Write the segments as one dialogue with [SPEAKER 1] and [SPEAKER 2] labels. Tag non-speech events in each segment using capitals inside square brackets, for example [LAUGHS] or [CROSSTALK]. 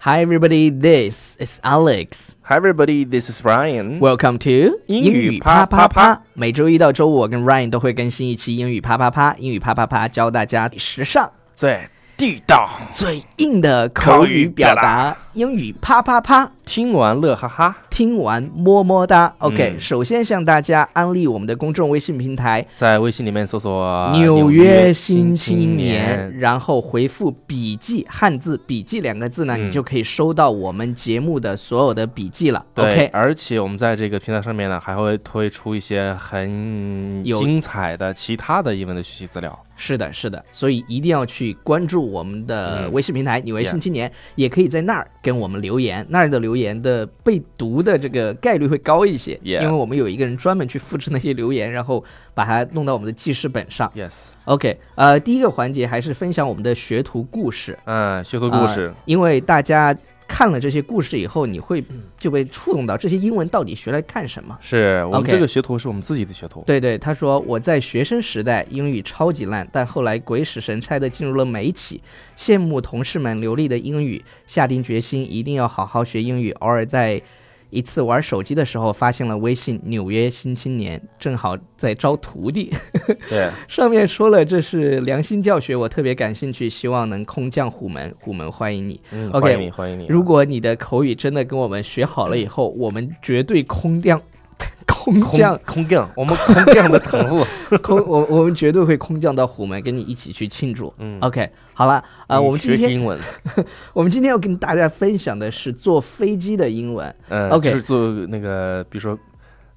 [SPEAKER 1] Hi everybody, this is Alex.
[SPEAKER 2] Hi everybody, this is Ryan.
[SPEAKER 1] Welcome to
[SPEAKER 2] 英语啪啪啪。
[SPEAKER 1] 每周一到周五，我跟 Ryan 都会更新一期英语啪啪啪。英语啪啪啪教大家时尚
[SPEAKER 2] 最地道，
[SPEAKER 1] 最硬的口语表达。英语啪啪啪，
[SPEAKER 2] 听完乐哈哈。
[SPEAKER 1] 听完么么哒。OK，、首先向大家安利我们的公众微信平台。
[SPEAKER 2] 在微信里面搜索
[SPEAKER 1] 纽啊约
[SPEAKER 2] 约
[SPEAKER 1] 新青
[SPEAKER 2] 青
[SPEAKER 1] 年，，然后回复“笔记”汉字“笔记”两个字呢，你就可以收到我们节目的所有的笔记了。
[SPEAKER 2] 对
[SPEAKER 1] OK，
[SPEAKER 2] 而且我们在这个平台上面呢，还会推出一些很
[SPEAKER 1] 有
[SPEAKER 2] 精彩的其他的英文的学习资料。
[SPEAKER 1] 是的，是的，所以一定要去关注我们的
[SPEAKER 2] 嗯
[SPEAKER 1] 微信平台“纽约
[SPEAKER 2] Yeah
[SPEAKER 1] 新青年”，也可以在那儿跟我们留言，那儿的留言的被读的这个概率会高一些，因
[SPEAKER 2] Yeah
[SPEAKER 1] 为我们有一个人专门去复制那些留言，然后把它弄到我们的记事本上。
[SPEAKER 2] Yes，
[SPEAKER 1] OK，呃，第一个环节还是分享我们的学徒故事，
[SPEAKER 2] 嗯，学徒故事
[SPEAKER 1] 呃，因为大家看了这些故事以后，你会就被触动到，这些英文到底学来干什么？
[SPEAKER 2] 是我们
[SPEAKER 1] OK
[SPEAKER 2] 这个学徒是我们自己的学徒。
[SPEAKER 1] 对对，他说我在学生时代英语超级烂，但后来鬼使神差的进入了美企，羡慕同事们流利的英语，下定决心一定要好好学英语。偶尔在一次玩手机的时候，发现了微信《纽约新青年》，正好在招徒弟， [LAUGHS]
[SPEAKER 2] 对，
[SPEAKER 1] 上面说了这是良心教学，我特别感兴趣，希望能空降虎门，虎门欢迎你。
[SPEAKER 2] 嗯
[SPEAKER 1] OK，
[SPEAKER 2] 欢迎你，欢迎你。
[SPEAKER 1] 如果你的口语真的跟我们学好了以后，我们绝对空降。 [LAUGHS] 空
[SPEAKER 2] 空
[SPEAKER 1] 降
[SPEAKER 2] 空降，我们空
[SPEAKER 1] [LAUGHS]
[SPEAKER 2] 降的疼路。
[SPEAKER 1] 空，我我们绝对会空降到虎门，跟你一起去庆祝。
[SPEAKER 2] 嗯
[SPEAKER 1] OK，好了，呃，我们今
[SPEAKER 2] 学习
[SPEAKER 1] 天
[SPEAKER 2] 英文，
[SPEAKER 1] 我们今天要跟大家分享的是坐飞机的英文。
[SPEAKER 2] 嗯
[SPEAKER 1] OK
[SPEAKER 2] 就是做那个，比如说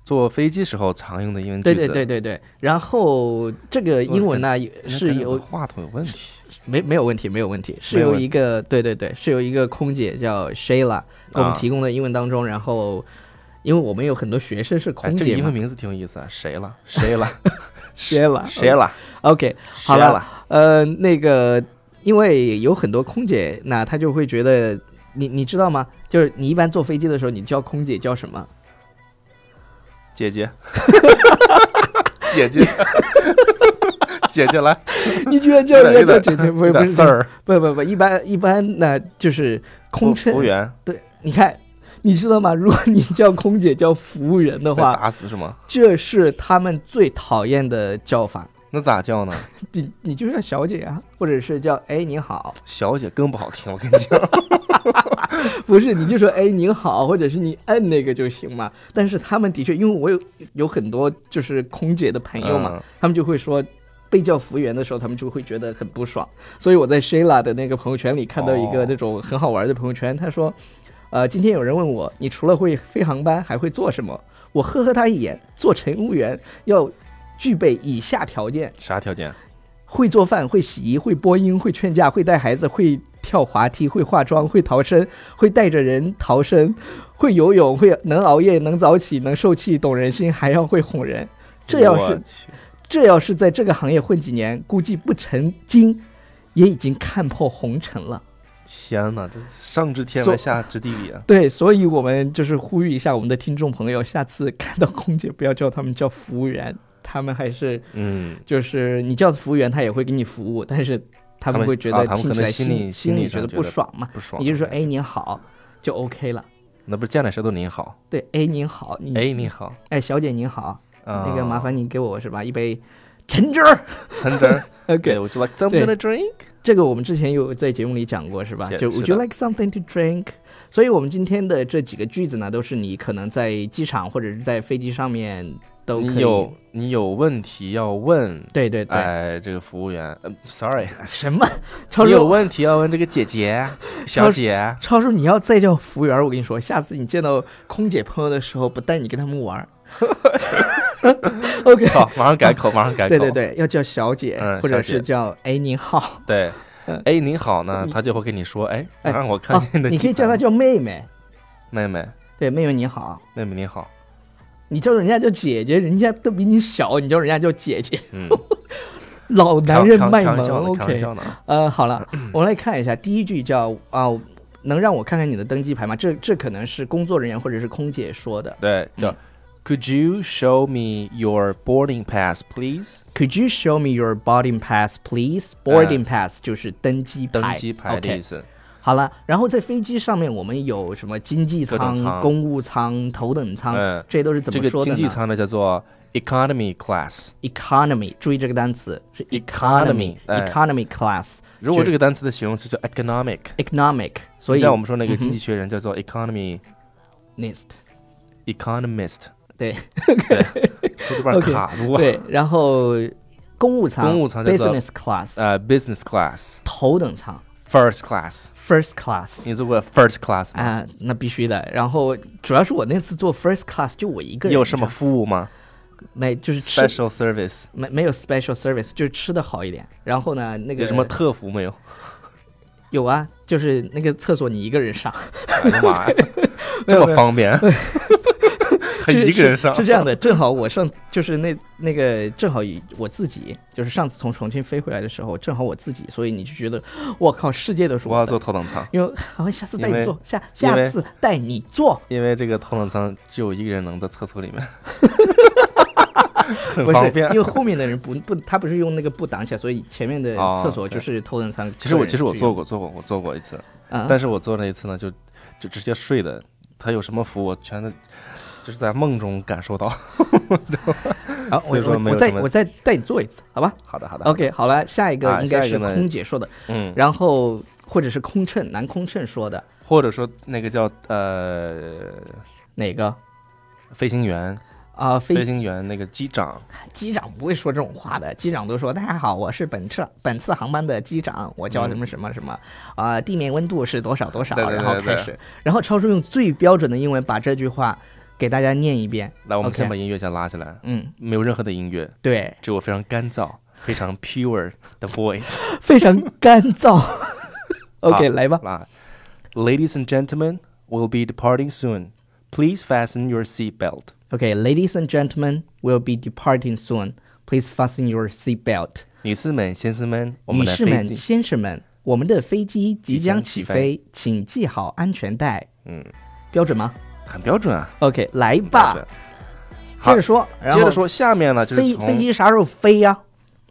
[SPEAKER 2] 坐飞机时候常用的英文嗯
[SPEAKER 1] 对
[SPEAKER 2] 句子。
[SPEAKER 1] 对对对对，然后这个英文呢也是由
[SPEAKER 2] 话筒有问题，
[SPEAKER 1] 没没有问题没有问题，是
[SPEAKER 2] 没有
[SPEAKER 1] 由
[SPEAKER 2] 问
[SPEAKER 1] 一个对对对是由一个空姐叫 Shayla 给我们
[SPEAKER 2] 啊
[SPEAKER 1] 提供的英文当中，然后因为我们有很多学生是
[SPEAKER 2] 哎，
[SPEAKER 1] 空
[SPEAKER 2] 这个
[SPEAKER 1] 姐
[SPEAKER 2] 英文
[SPEAKER 1] 嘛
[SPEAKER 2] 名字挺有意思啊，谁
[SPEAKER 1] [LAUGHS]
[SPEAKER 2] 了？谁了？
[SPEAKER 1] ，Shayla
[SPEAKER 2] 谁了？
[SPEAKER 1] OK，好
[SPEAKER 2] 谁
[SPEAKER 1] 了，呃，那个，因为有很多空姐，那她就会觉得你，你知道吗？就是你一般坐飞机的时候，你叫空姐叫什么？
[SPEAKER 2] 姐姐， [LAUGHS] 姐姐， [LAUGHS] 姐姐来，
[SPEAKER 1] [LAUGHS] 你居然叫
[SPEAKER 2] 有
[SPEAKER 1] 人
[SPEAKER 2] 点
[SPEAKER 1] 家叫姐姐，不是
[SPEAKER 2] 有
[SPEAKER 1] 不
[SPEAKER 2] 点
[SPEAKER 1] 是
[SPEAKER 2] 事，儿，
[SPEAKER 1] 不不不，一般一般那就是空
[SPEAKER 2] 服
[SPEAKER 1] 乘
[SPEAKER 2] 务。员
[SPEAKER 1] 对，你看，你知道吗？如果你叫空姐叫服务员的
[SPEAKER 2] 被
[SPEAKER 1] 话，
[SPEAKER 2] 打死是吗？
[SPEAKER 1] 这是他们最讨厌的叫法。
[SPEAKER 2] 那咋叫呢？
[SPEAKER 1] 你你就叫小姐啊，或者是叫哎您好，
[SPEAKER 2] 小姐更不好听，我跟你
[SPEAKER 1] [LAUGHS]
[SPEAKER 2] 讲，
[SPEAKER 1] 不是，你就说哎您好，或者是你摁那个就行嘛。但是他们的确，因为我有有很多就是空姐的朋友嘛，
[SPEAKER 2] 嗯
[SPEAKER 1] 他们就会说。被叫服务员的时候，他们就会觉得很不爽，所以我在 Shayla 的那个朋友圈里看到一个
[SPEAKER 2] 哦
[SPEAKER 1] 那种很好玩的朋友圈，他说：“呃，今天有人问我，你除了会飞航班，还会做什么？”我呵呵他一眼，做乘务员要具备以下条件：
[SPEAKER 2] 啥条件？
[SPEAKER 1] 会做饭，会洗衣，会播音，会劝架，会带孩子，会跳滑梯，会化妆，会逃生，会带着人逃生，会游泳，会能熬夜，能早起，能受气，懂人心，还要会哄人。这要
[SPEAKER 2] 我
[SPEAKER 1] 是
[SPEAKER 2] 去
[SPEAKER 1] 这要是在这个行业混几年，估计不成精，也已经看破红尘了。
[SPEAKER 2] 天哪，这上知天
[SPEAKER 1] 所
[SPEAKER 2] 文下知地理啊！
[SPEAKER 1] 对，所以我们就是呼吁一下我们的听众朋友，下次看到空姐不要叫他们叫服务员，他们还是
[SPEAKER 2] 嗯，
[SPEAKER 1] 就是你叫服务员，他也会给你服务，但是他们
[SPEAKER 2] 们
[SPEAKER 1] 会觉
[SPEAKER 2] 啊
[SPEAKER 1] 得
[SPEAKER 2] 他们
[SPEAKER 1] 听起
[SPEAKER 2] 可能
[SPEAKER 1] 来
[SPEAKER 2] 心里
[SPEAKER 1] 心
[SPEAKER 2] 心
[SPEAKER 1] 里
[SPEAKER 2] 理
[SPEAKER 1] 觉
[SPEAKER 2] 上
[SPEAKER 1] 得
[SPEAKER 2] 觉
[SPEAKER 1] 不
[SPEAKER 2] 得
[SPEAKER 1] 爽嘛。
[SPEAKER 2] 不爽。
[SPEAKER 1] 你就说，哎，您好，就 OK 了。
[SPEAKER 2] 那不是见哪谁都您好，
[SPEAKER 1] 对，哎，您好，你
[SPEAKER 2] 哎，你好，
[SPEAKER 1] 哎，小姐您好，
[SPEAKER 2] 啊
[SPEAKER 1] 那个麻烦你给我是吧一杯橙汁儿。
[SPEAKER 2] 陈
[SPEAKER 1] [LAUGHS]
[SPEAKER 2] 真，
[SPEAKER 1] OK，
[SPEAKER 2] 对，我就 like something to drink。
[SPEAKER 1] 这个我们之前有在节目里讲过，是吧？
[SPEAKER 2] 是
[SPEAKER 1] 就是 Would you
[SPEAKER 2] 的
[SPEAKER 1] like something to drink？所以我们今天的这几个句子呢，都是你可能在机场或者是在飞机上面都可
[SPEAKER 2] 你
[SPEAKER 1] 以。
[SPEAKER 2] 有你有问题要问，
[SPEAKER 1] 对对对，
[SPEAKER 2] 哎，这个服务员，嗯，sorry，
[SPEAKER 1] [LAUGHS] 什么？超
[SPEAKER 2] 你有
[SPEAKER 1] 叔，
[SPEAKER 2] 问题要问这个姐姐、小姐，
[SPEAKER 1] 超叔，你要再叫服务员，我跟你说，下次你见到空姐朋友的时候，不带你跟他们玩儿。OK，
[SPEAKER 2] 好，马上改口，马上改口。
[SPEAKER 1] 对对对，要叫小姐，
[SPEAKER 2] 嗯
[SPEAKER 1] 或者
[SPEAKER 2] 小姐
[SPEAKER 1] 是叫哎您 [LAUGHS] 好，
[SPEAKER 2] 对
[SPEAKER 1] 嗯
[SPEAKER 2] 哎，您好呢，
[SPEAKER 1] 你
[SPEAKER 2] 他就会跟你说，哎，
[SPEAKER 1] 哎
[SPEAKER 2] 让我看
[SPEAKER 1] 哦，
[SPEAKER 2] 你的，
[SPEAKER 1] 你可以叫她叫妹妹，
[SPEAKER 2] 妹妹，
[SPEAKER 1] 对，妹妹你好。
[SPEAKER 2] 妹妹你好，
[SPEAKER 1] 你叫人家叫姐姐，人家都比你小，你叫人家叫姐姐，
[SPEAKER 2] 嗯，
[SPEAKER 1] [LAUGHS] 老
[SPEAKER 2] 开
[SPEAKER 1] 男
[SPEAKER 2] 玩
[SPEAKER 1] 人
[SPEAKER 2] 开玩
[SPEAKER 1] 卖
[SPEAKER 2] 开玩
[SPEAKER 1] 萌
[SPEAKER 2] 笑呢，开玩
[SPEAKER 1] ，OK。
[SPEAKER 2] 笑
[SPEAKER 1] [LAUGHS]
[SPEAKER 2] 呢，
[SPEAKER 1] 呃，好了，我们来看一下，第一句叫啊、能让我看看你的登机牌吗？这这可能是工作人员或者是空姐说的。
[SPEAKER 2] 对，叫 Could you show me your boarding pass, please？
[SPEAKER 1] Could you show me your boarding pass, please? Boarding pass 就是登机牌，
[SPEAKER 2] Uh, 登机牌的意
[SPEAKER 1] OK，
[SPEAKER 2] 思。
[SPEAKER 1] 好了，然后在飞机上面，我们有什么经济
[SPEAKER 2] 各
[SPEAKER 1] 舱、
[SPEAKER 2] 种舱
[SPEAKER 1] 公务舱、头等舱，
[SPEAKER 2] 嗯
[SPEAKER 1] 这都是怎
[SPEAKER 2] 这
[SPEAKER 1] 么
[SPEAKER 2] 个
[SPEAKER 1] 说的
[SPEAKER 2] 经
[SPEAKER 1] 呢、
[SPEAKER 2] 济舱呢叫做 economy class。
[SPEAKER 1] e c o n o m y 注意这个单词是
[SPEAKER 2] Economy，哎
[SPEAKER 1] economy，economy class，
[SPEAKER 2] 如果
[SPEAKER 1] 就
[SPEAKER 2] 这个单词的形容词叫 economic，
[SPEAKER 1] economic，所以嗯
[SPEAKER 2] 像我们说那个经济学人叫做 economy、
[SPEAKER 1] nist [LAUGHS]
[SPEAKER 2] economist，
[SPEAKER 1] 对
[SPEAKER 2] 说这半
[SPEAKER 1] OK，
[SPEAKER 2] 卡住啊。
[SPEAKER 1] 对，然后公务舱
[SPEAKER 2] 公务舱叫做
[SPEAKER 1] business class，、
[SPEAKER 2] 呃，business class、
[SPEAKER 1] 头等舱
[SPEAKER 2] first class，
[SPEAKER 1] first class。
[SPEAKER 2] 你坐过 first class 吗？
[SPEAKER 1] 啊，那必须的。然后主要是我那次做 first class 就我一个人，
[SPEAKER 2] 有什么服务吗
[SPEAKER 1] 没就是吃
[SPEAKER 2] ？Special service
[SPEAKER 1] 没没有 special service，就是吃的好一点。然后呢，那个
[SPEAKER 2] 有什么特
[SPEAKER 1] [LAUGHS]
[SPEAKER 2] 服没有？
[SPEAKER 1] 有啊，就是那个厕所你一个人上，
[SPEAKER 2] 哎呀妈呀，这么
[SPEAKER 1] [LAUGHS]
[SPEAKER 2] 方便，还
[SPEAKER 1] 是
[SPEAKER 2] [LAUGHS] 一个人上
[SPEAKER 1] 是是这样的。正好我上就是那那个正好我自己，就是上次从重庆飞回来的时候，正好我自己，所以你就觉得我靠，世界都是
[SPEAKER 2] 我
[SPEAKER 1] 我
[SPEAKER 2] 要
[SPEAKER 1] 的。
[SPEAKER 2] 坐头等舱，
[SPEAKER 1] 因为好，下次带
[SPEAKER 2] 因
[SPEAKER 1] 你
[SPEAKER 2] 为
[SPEAKER 1] 坐，下
[SPEAKER 2] 因
[SPEAKER 1] 下
[SPEAKER 2] 为
[SPEAKER 1] 次带你
[SPEAKER 2] [LAUGHS]
[SPEAKER 1] 坐，
[SPEAKER 2] 因为这个头等舱只有一个人能在厕
[SPEAKER 1] [LAUGHS]
[SPEAKER 2] 所里面，很
[SPEAKER 1] 不
[SPEAKER 2] 方
[SPEAKER 1] 是
[SPEAKER 2] 便
[SPEAKER 1] 因为。后面的人不不，他不是用那个布挡起来，所以前面的
[SPEAKER 2] 哦
[SPEAKER 1] 厕所就
[SPEAKER 2] 对
[SPEAKER 1] 是头等舱。
[SPEAKER 2] 其实我其实我坐过坐过我坐过一次，
[SPEAKER 1] 啊，
[SPEAKER 2] 但是我坐那一次呢就就直接睡的，他有什么服务我全都就是在梦中感受到。 [LAUGHS]
[SPEAKER 1] 好，我
[SPEAKER 2] 所以说
[SPEAKER 1] 我我
[SPEAKER 2] 没有
[SPEAKER 1] 再
[SPEAKER 2] 什么
[SPEAKER 1] 我再带你坐一次，好吧
[SPEAKER 2] 好的好的
[SPEAKER 1] ？OK，好了，下一个
[SPEAKER 2] 啊
[SPEAKER 1] 应该
[SPEAKER 2] 下一
[SPEAKER 1] 是
[SPEAKER 2] 个呢
[SPEAKER 1] 空姐说的，
[SPEAKER 2] 嗯，
[SPEAKER 1] 然后或者是空乘男空乘说的
[SPEAKER 2] 或者说那个叫呃
[SPEAKER 1] 哪个
[SPEAKER 2] 飞行员
[SPEAKER 1] 啊？
[SPEAKER 2] 飞
[SPEAKER 1] 飞
[SPEAKER 2] 行员那个机长，
[SPEAKER 1] 机长不会说这种话的，机长都说大家好，我是本次本次航班的机长，我叫什么什么什么啊、地面温度是多少多少，
[SPEAKER 2] 嗯对对对
[SPEAKER 1] 然后
[SPEAKER 2] 对对
[SPEAKER 1] 开始，然后超叔用最标准的英文把这句话给大家念一遍，
[SPEAKER 2] 来我们
[SPEAKER 1] OK
[SPEAKER 2] 先把音乐先拉起来，
[SPEAKER 1] 嗯，
[SPEAKER 2] 没有任何的音乐，
[SPEAKER 1] 对，
[SPEAKER 2] 只有非常干燥、非常 pure 的 voice。
[SPEAKER 1] 非常干
[SPEAKER 2] [LAUGHS]
[SPEAKER 1] 燥。OK，来吧，
[SPEAKER 2] 啦。Ladies and gentlemen, we'll be departing soon. Please fasten your seat belt.
[SPEAKER 1] Okay, ladies and gentlemen, we'll be departing soon. Please fasten your seat belt.
[SPEAKER 2] 女士们、先生们，我
[SPEAKER 1] 女
[SPEAKER 2] 们的
[SPEAKER 1] 士
[SPEAKER 2] 飞
[SPEAKER 1] 们、
[SPEAKER 2] 机，
[SPEAKER 1] 先生们，我们的飞机即
[SPEAKER 2] 即将
[SPEAKER 1] 将
[SPEAKER 2] 起
[SPEAKER 1] 起
[SPEAKER 2] 飞
[SPEAKER 1] 飞，请系好安全带。
[SPEAKER 2] 嗯，
[SPEAKER 1] 标准吗
[SPEAKER 2] 很标准啊。
[SPEAKER 1] ？OK，来
[SPEAKER 2] 标
[SPEAKER 1] 吧
[SPEAKER 2] 准，
[SPEAKER 1] 接
[SPEAKER 2] 好
[SPEAKER 1] 着说，然
[SPEAKER 2] 接
[SPEAKER 1] 后
[SPEAKER 2] 着说，下面呢就是
[SPEAKER 1] 飞飞
[SPEAKER 2] 从
[SPEAKER 1] 机啥时候飞呀？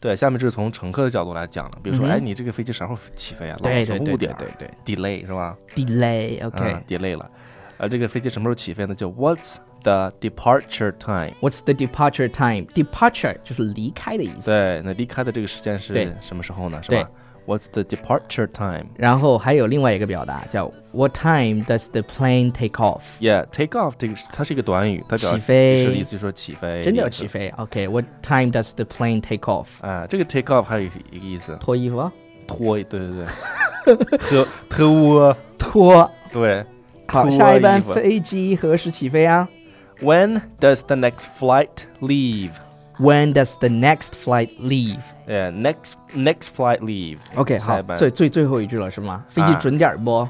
[SPEAKER 2] 对，下面就是从乘客的角度来讲了。比如说，
[SPEAKER 1] 嗯哼
[SPEAKER 2] 哎，你这个飞机啥时候起飞啊？老
[SPEAKER 1] 对
[SPEAKER 2] 是
[SPEAKER 1] 对对对
[SPEAKER 2] 误点
[SPEAKER 1] 对对
[SPEAKER 2] ，delay 是吧？
[SPEAKER 1] ，delay。OK，
[SPEAKER 2] 嗯，delay 了。呃，这个飞机什么时候起飞呢？叫 What's the departure time？
[SPEAKER 1] What's the departure time? Departure 就是离开的意思。
[SPEAKER 2] 对，那离开的这个时间
[SPEAKER 1] 对
[SPEAKER 2] 是什么时候呢？是
[SPEAKER 1] 对
[SPEAKER 2] 吧？What's the departure time？
[SPEAKER 1] 然后还有另外一个表达叫 What time does the plane take off？
[SPEAKER 2] Yeah，take off 这个是它是一个短语，它表
[SPEAKER 1] 起飞
[SPEAKER 2] 是的意思就是说起飞，
[SPEAKER 1] 真的要
[SPEAKER 2] 意思
[SPEAKER 1] 起。飞？OK，What time does the plane take off？
[SPEAKER 2] 啊，这个 take off 还有一个一个意思，
[SPEAKER 1] 脱衣服啊？
[SPEAKER 2] 脱，对
[SPEAKER 1] [LAUGHS]
[SPEAKER 2] 对对，特特窝，
[SPEAKER 1] 脱。
[SPEAKER 2] 对。
[SPEAKER 1] 好，
[SPEAKER 2] 脱
[SPEAKER 1] 下一班
[SPEAKER 2] 衣服
[SPEAKER 1] 飞机何时起飞啊
[SPEAKER 2] When does the next flight leave？
[SPEAKER 1] ？When does the next flight leave？
[SPEAKER 2] 呃、n e x t next flight leave
[SPEAKER 1] OK，
[SPEAKER 2] 下
[SPEAKER 1] 好
[SPEAKER 2] 一，班
[SPEAKER 1] 最最最后一句了是吗？飞机
[SPEAKER 2] 啊
[SPEAKER 1] 准点儿不、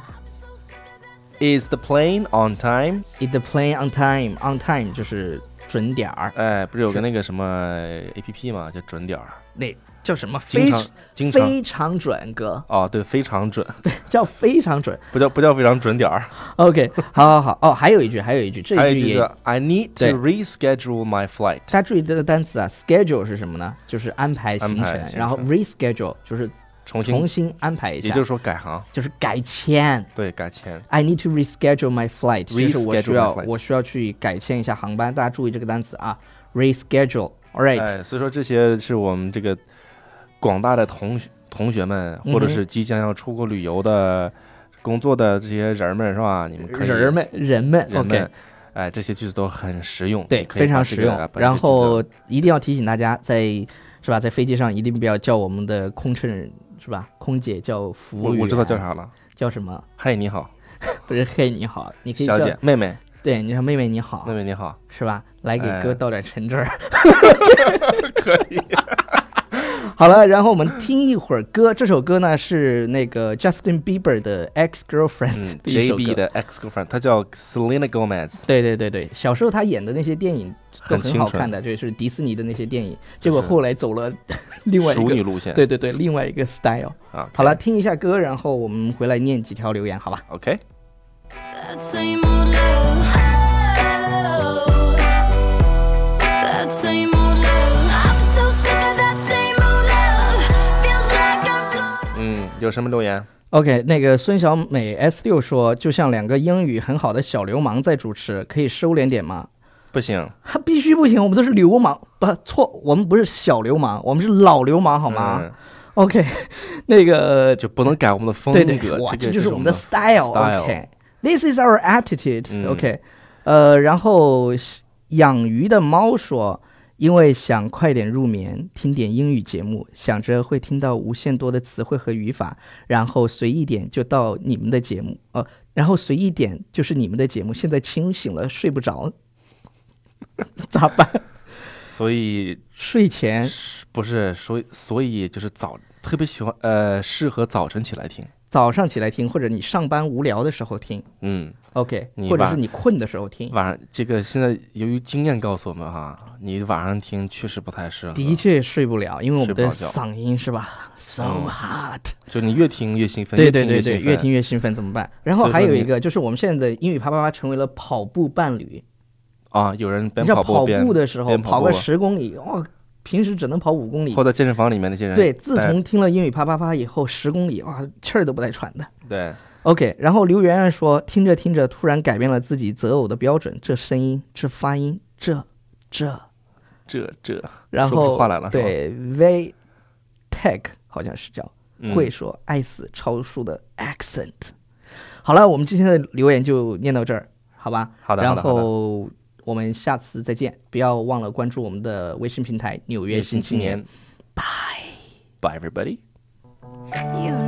[SPEAKER 2] is the plane on time？
[SPEAKER 1] i s the plane on time？On time 就是准点儿，
[SPEAKER 2] 哎、不是有个那个什么 A P P 嘛，叫准点儿，
[SPEAKER 1] 那叫什么？
[SPEAKER 2] 经
[SPEAKER 1] 非
[SPEAKER 2] 常经常
[SPEAKER 1] 非常准哥，
[SPEAKER 2] 哦，对，非常准，
[SPEAKER 1] 叫非常准。
[SPEAKER 2] 不叫不叫非常准点儿。
[SPEAKER 1] OK，好好好，哦，还有一句，还有一句，这
[SPEAKER 2] 还有
[SPEAKER 1] 一
[SPEAKER 2] 一
[SPEAKER 1] 句
[SPEAKER 2] 句
[SPEAKER 1] 也
[SPEAKER 2] 是 I need
[SPEAKER 1] 对
[SPEAKER 2] to reschedule my flight。
[SPEAKER 1] 大家注意这个单词啊，schedule 是什么呢？就是安排行
[SPEAKER 2] 安
[SPEAKER 1] 程
[SPEAKER 2] 排，行程
[SPEAKER 1] 然后 reschedule 就是
[SPEAKER 2] 重新，
[SPEAKER 1] 重新安排一
[SPEAKER 2] 也
[SPEAKER 1] 下，
[SPEAKER 2] 就是说改行，
[SPEAKER 1] 就是改签。
[SPEAKER 2] 对，改签。
[SPEAKER 1] I need to reschedule my flight，就是我
[SPEAKER 2] Reschedule
[SPEAKER 1] 需要
[SPEAKER 2] my flight
[SPEAKER 1] 我需要去改签一下航班。大家注意这个单词啊，reschedule。All right，、
[SPEAKER 2] 哎，所以说这些是我们这个广大的同学同学们，或
[SPEAKER 1] 嗯
[SPEAKER 2] 者
[SPEAKER 1] 哼
[SPEAKER 2] 是即将要出国旅游的、工作的这些人儿们，是吧？你们可以
[SPEAKER 1] 人们，人们
[SPEAKER 2] 人们
[SPEAKER 1] o，
[SPEAKER 2] 哎，这些句子都很实用，
[SPEAKER 1] k 对
[SPEAKER 2] 你，可以
[SPEAKER 1] 非常
[SPEAKER 2] 把这
[SPEAKER 1] 实
[SPEAKER 2] 个
[SPEAKER 1] 用。然后一定要提醒大家，在是吧，在飞机上一定不要叫我们的空乘是吧，空姐叫服
[SPEAKER 2] 把
[SPEAKER 1] 务
[SPEAKER 2] 这个句子我
[SPEAKER 1] 员，
[SPEAKER 2] 我知道叫，啥了，
[SPEAKER 1] 叫什么？
[SPEAKER 2] 嗨，你好，
[SPEAKER 1] 不是嘿，你好，你可以
[SPEAKER 2] 小
[SPEAKER 1] 叫
[SPEAKER 2] 姐，妹妹，
[SPEAKER 1] 对，你说妹妹你好，
[SPEAKER 2] 妹妹
[SPEAKER 1] [LAUGHS]
[SPEAKER 2] 你好，
[SPEAKER 1] 是吧？来给
[SPEAKER 2] 哎
[SPEAKER 1] 哥倒点橙汁儿。 [LAUGHS]
[SPEAKER 2] 可以，
[SPEAKER 1] 好了，然后我们听一会儿歌，这首歌呢是那个 Justin Bieber 的 Ex Girlfriend [LAUGHS]
[SPEAKER 2] 嗯
[SPEAKER 1] 一首
[SPEAKER 2] ，JB
[SPEAKER 1] 歌
[SPEAKER 2] 的 ex girlfriend，她叫 Selena Gomez，
[SPEAKER 1] 对对对对，小时候他演的那些电影都
[SPEAKER 2] 很清
[SPEAKER 1] 好
[SPEAKER 2] 纯
[SPEAKER 1] 看的，就是迪士尼的那些电影。结
[SPEAKER 2] 就
[SPEAKER 1] 果
[SPEAKER 2] 是
[SPEAKER 1] 后来走了另外一
[SPEAKER 2] 熟
[SPEAKER 1] 个，
[SPEAKER 2] 女路线，
[SPEAKER 1] 对对对，另外一个 style。
[SPEAKER 2] 啊，
[SPEAKER 1] 好了，听一下歌，然后我们回来念几条留言，好吧？
[SPEAKER 2] ，OK，
[SPEAKER 3] That same old love. That same old love. I'm so sick of that same old love. Feels like I'm floating.
[SPEAKER 2] 嗯，有什么留言？
[SPEAKER 1] OK，那个孙小美 S 六说，就像两个英语很好的小流氓在主持，可以收敛点吗？
[SPEAKER 2] 不行，
[SPEAKER 1] 他啊必须不行，我们都是流氓，不错，我们不是小流氓，我们是老流氓，好吗、
[SPEAKER 2] 嗯
[SPEAKER 1] o k 那个
[SPEAKER 2] 就不能改我们的风格，
[SPEAKER 1] 对对，哇，
[SPEAKER 2] 这
[SPEAKER 1] 这
[SPEAKER 2] 个
[SPEAKER 1] 就是
[SPEAKER 2] 我
[SPEAKER 1] 我们的 style。
[SPEAKER 2] style
[SPEAKER 1] OK，this is our attitude
[SPEAKER 2] 嗯
[SPEAKER 1] OK。呃，然后养鱼的猫说，因为想快点入眠，听点英语节目，想着会听到无限多的词汇和语法，然后随意点就到你们的节目，呃，然后随意点就是你们的节目。现在清醒了，睡不着，咋办？ [LAUGHS]
[SPEAKER 2] 所以
[SPEAKER 1] 睡前
[SPEAKER 2] 是不是所以所以就是早特别喜欢呃适合早晨起来听，
[SPEAKER 1] 早上起来听，或者你上班无聊的时候听
[SPEAKER 2] 嗯，
[SPEAKER 1] ，OK，
[SPEAKER 2] 你
[SPEAKER 1] 或者
[SPEAKER 2] 吧
[SPEAKER 1] 是你困的时候听。
[SPEAKER 2] 晚上这个现在由于经验告诉我们哈，你晚上听确实不太适合，
[SPEAKER 1] 的确睡不了，因为我们的
[SPEAKER 2] 嗯睡不着觉
[SPEAKER 1] 嗓音是吧？So
[SPEAKER 2] 嗯
[SPEAKER 1] hot，、
[SPEAKER 2] 就你越听越兴奋，
[SPEAKER 1] 对对对
[SPEAKER 2] 越
[SPEAKER 1] 对，越
[SPEAKER 2] 听越兴奋
[SPEAKER 1] 听越兴奋，怎么办？然后
[SPEAKER 2] 所以说
[SPEAKER 1] 还有一
[SPEAKER 2] 你
[SPEAKER 1] 个就是我们现在的英语啪啪啪成为了跑步伴侣，
[SPEAKER 2] 啊，有人
[SPEAKER 1] 你
[SPEAKER 2] 边
[SPEAKER 1] 知道
[SPEAKER 2] 跑
[SPEAKER 1] 跑
[SPEAKER 2] 边
[SPEAKER 1] 步的时候
[SPEAKER 2] 边跑
[SPEAKER 1] 跑个
[SPEAKER 2] 步啊
[SPEAKER 1] 十公里，哦，平时只能跑五公里
[SPEAKER 2] 或。者健哎身房里面那些人
[SPEAKER 1] 对，自
[SPEAKER 2] 带
[SPEAKER 1] 从听了英语啪啪啪以后，十公里哇，气儿都不带喘的。
[SPEAKER 2] 对
[SPEAKER 1] OK，然后刘媛媛说，听着听着，突然改变了自己择偶的标准，这声音，这发音，这这，
[SPEAKER 2] 这这
[SPEAKER 1] 然
[SPEAKER 2] 说不出
[SPEAKER 1] 后
[SPEAKER 2] 话来了是吧
[SPEAKER 1] 对 V Tech 好像是叫。
[SPEAKER 2] 嗯
[SPEAKER 1] 会说爱死超叔的 accent。好了，我们今天的留言就念到这儿，好吧？
[SPEAKER 2] 好的好
[SPEAKER 1] 然
[SPEAKER 2] 的好的
[SPEAKER 1] 后我们下次再见，不要忘了关注我们的微信平台《纽约新青年》。
[SPEAKER 2] Bye. Bye everybody.
[SPEAKER 3] You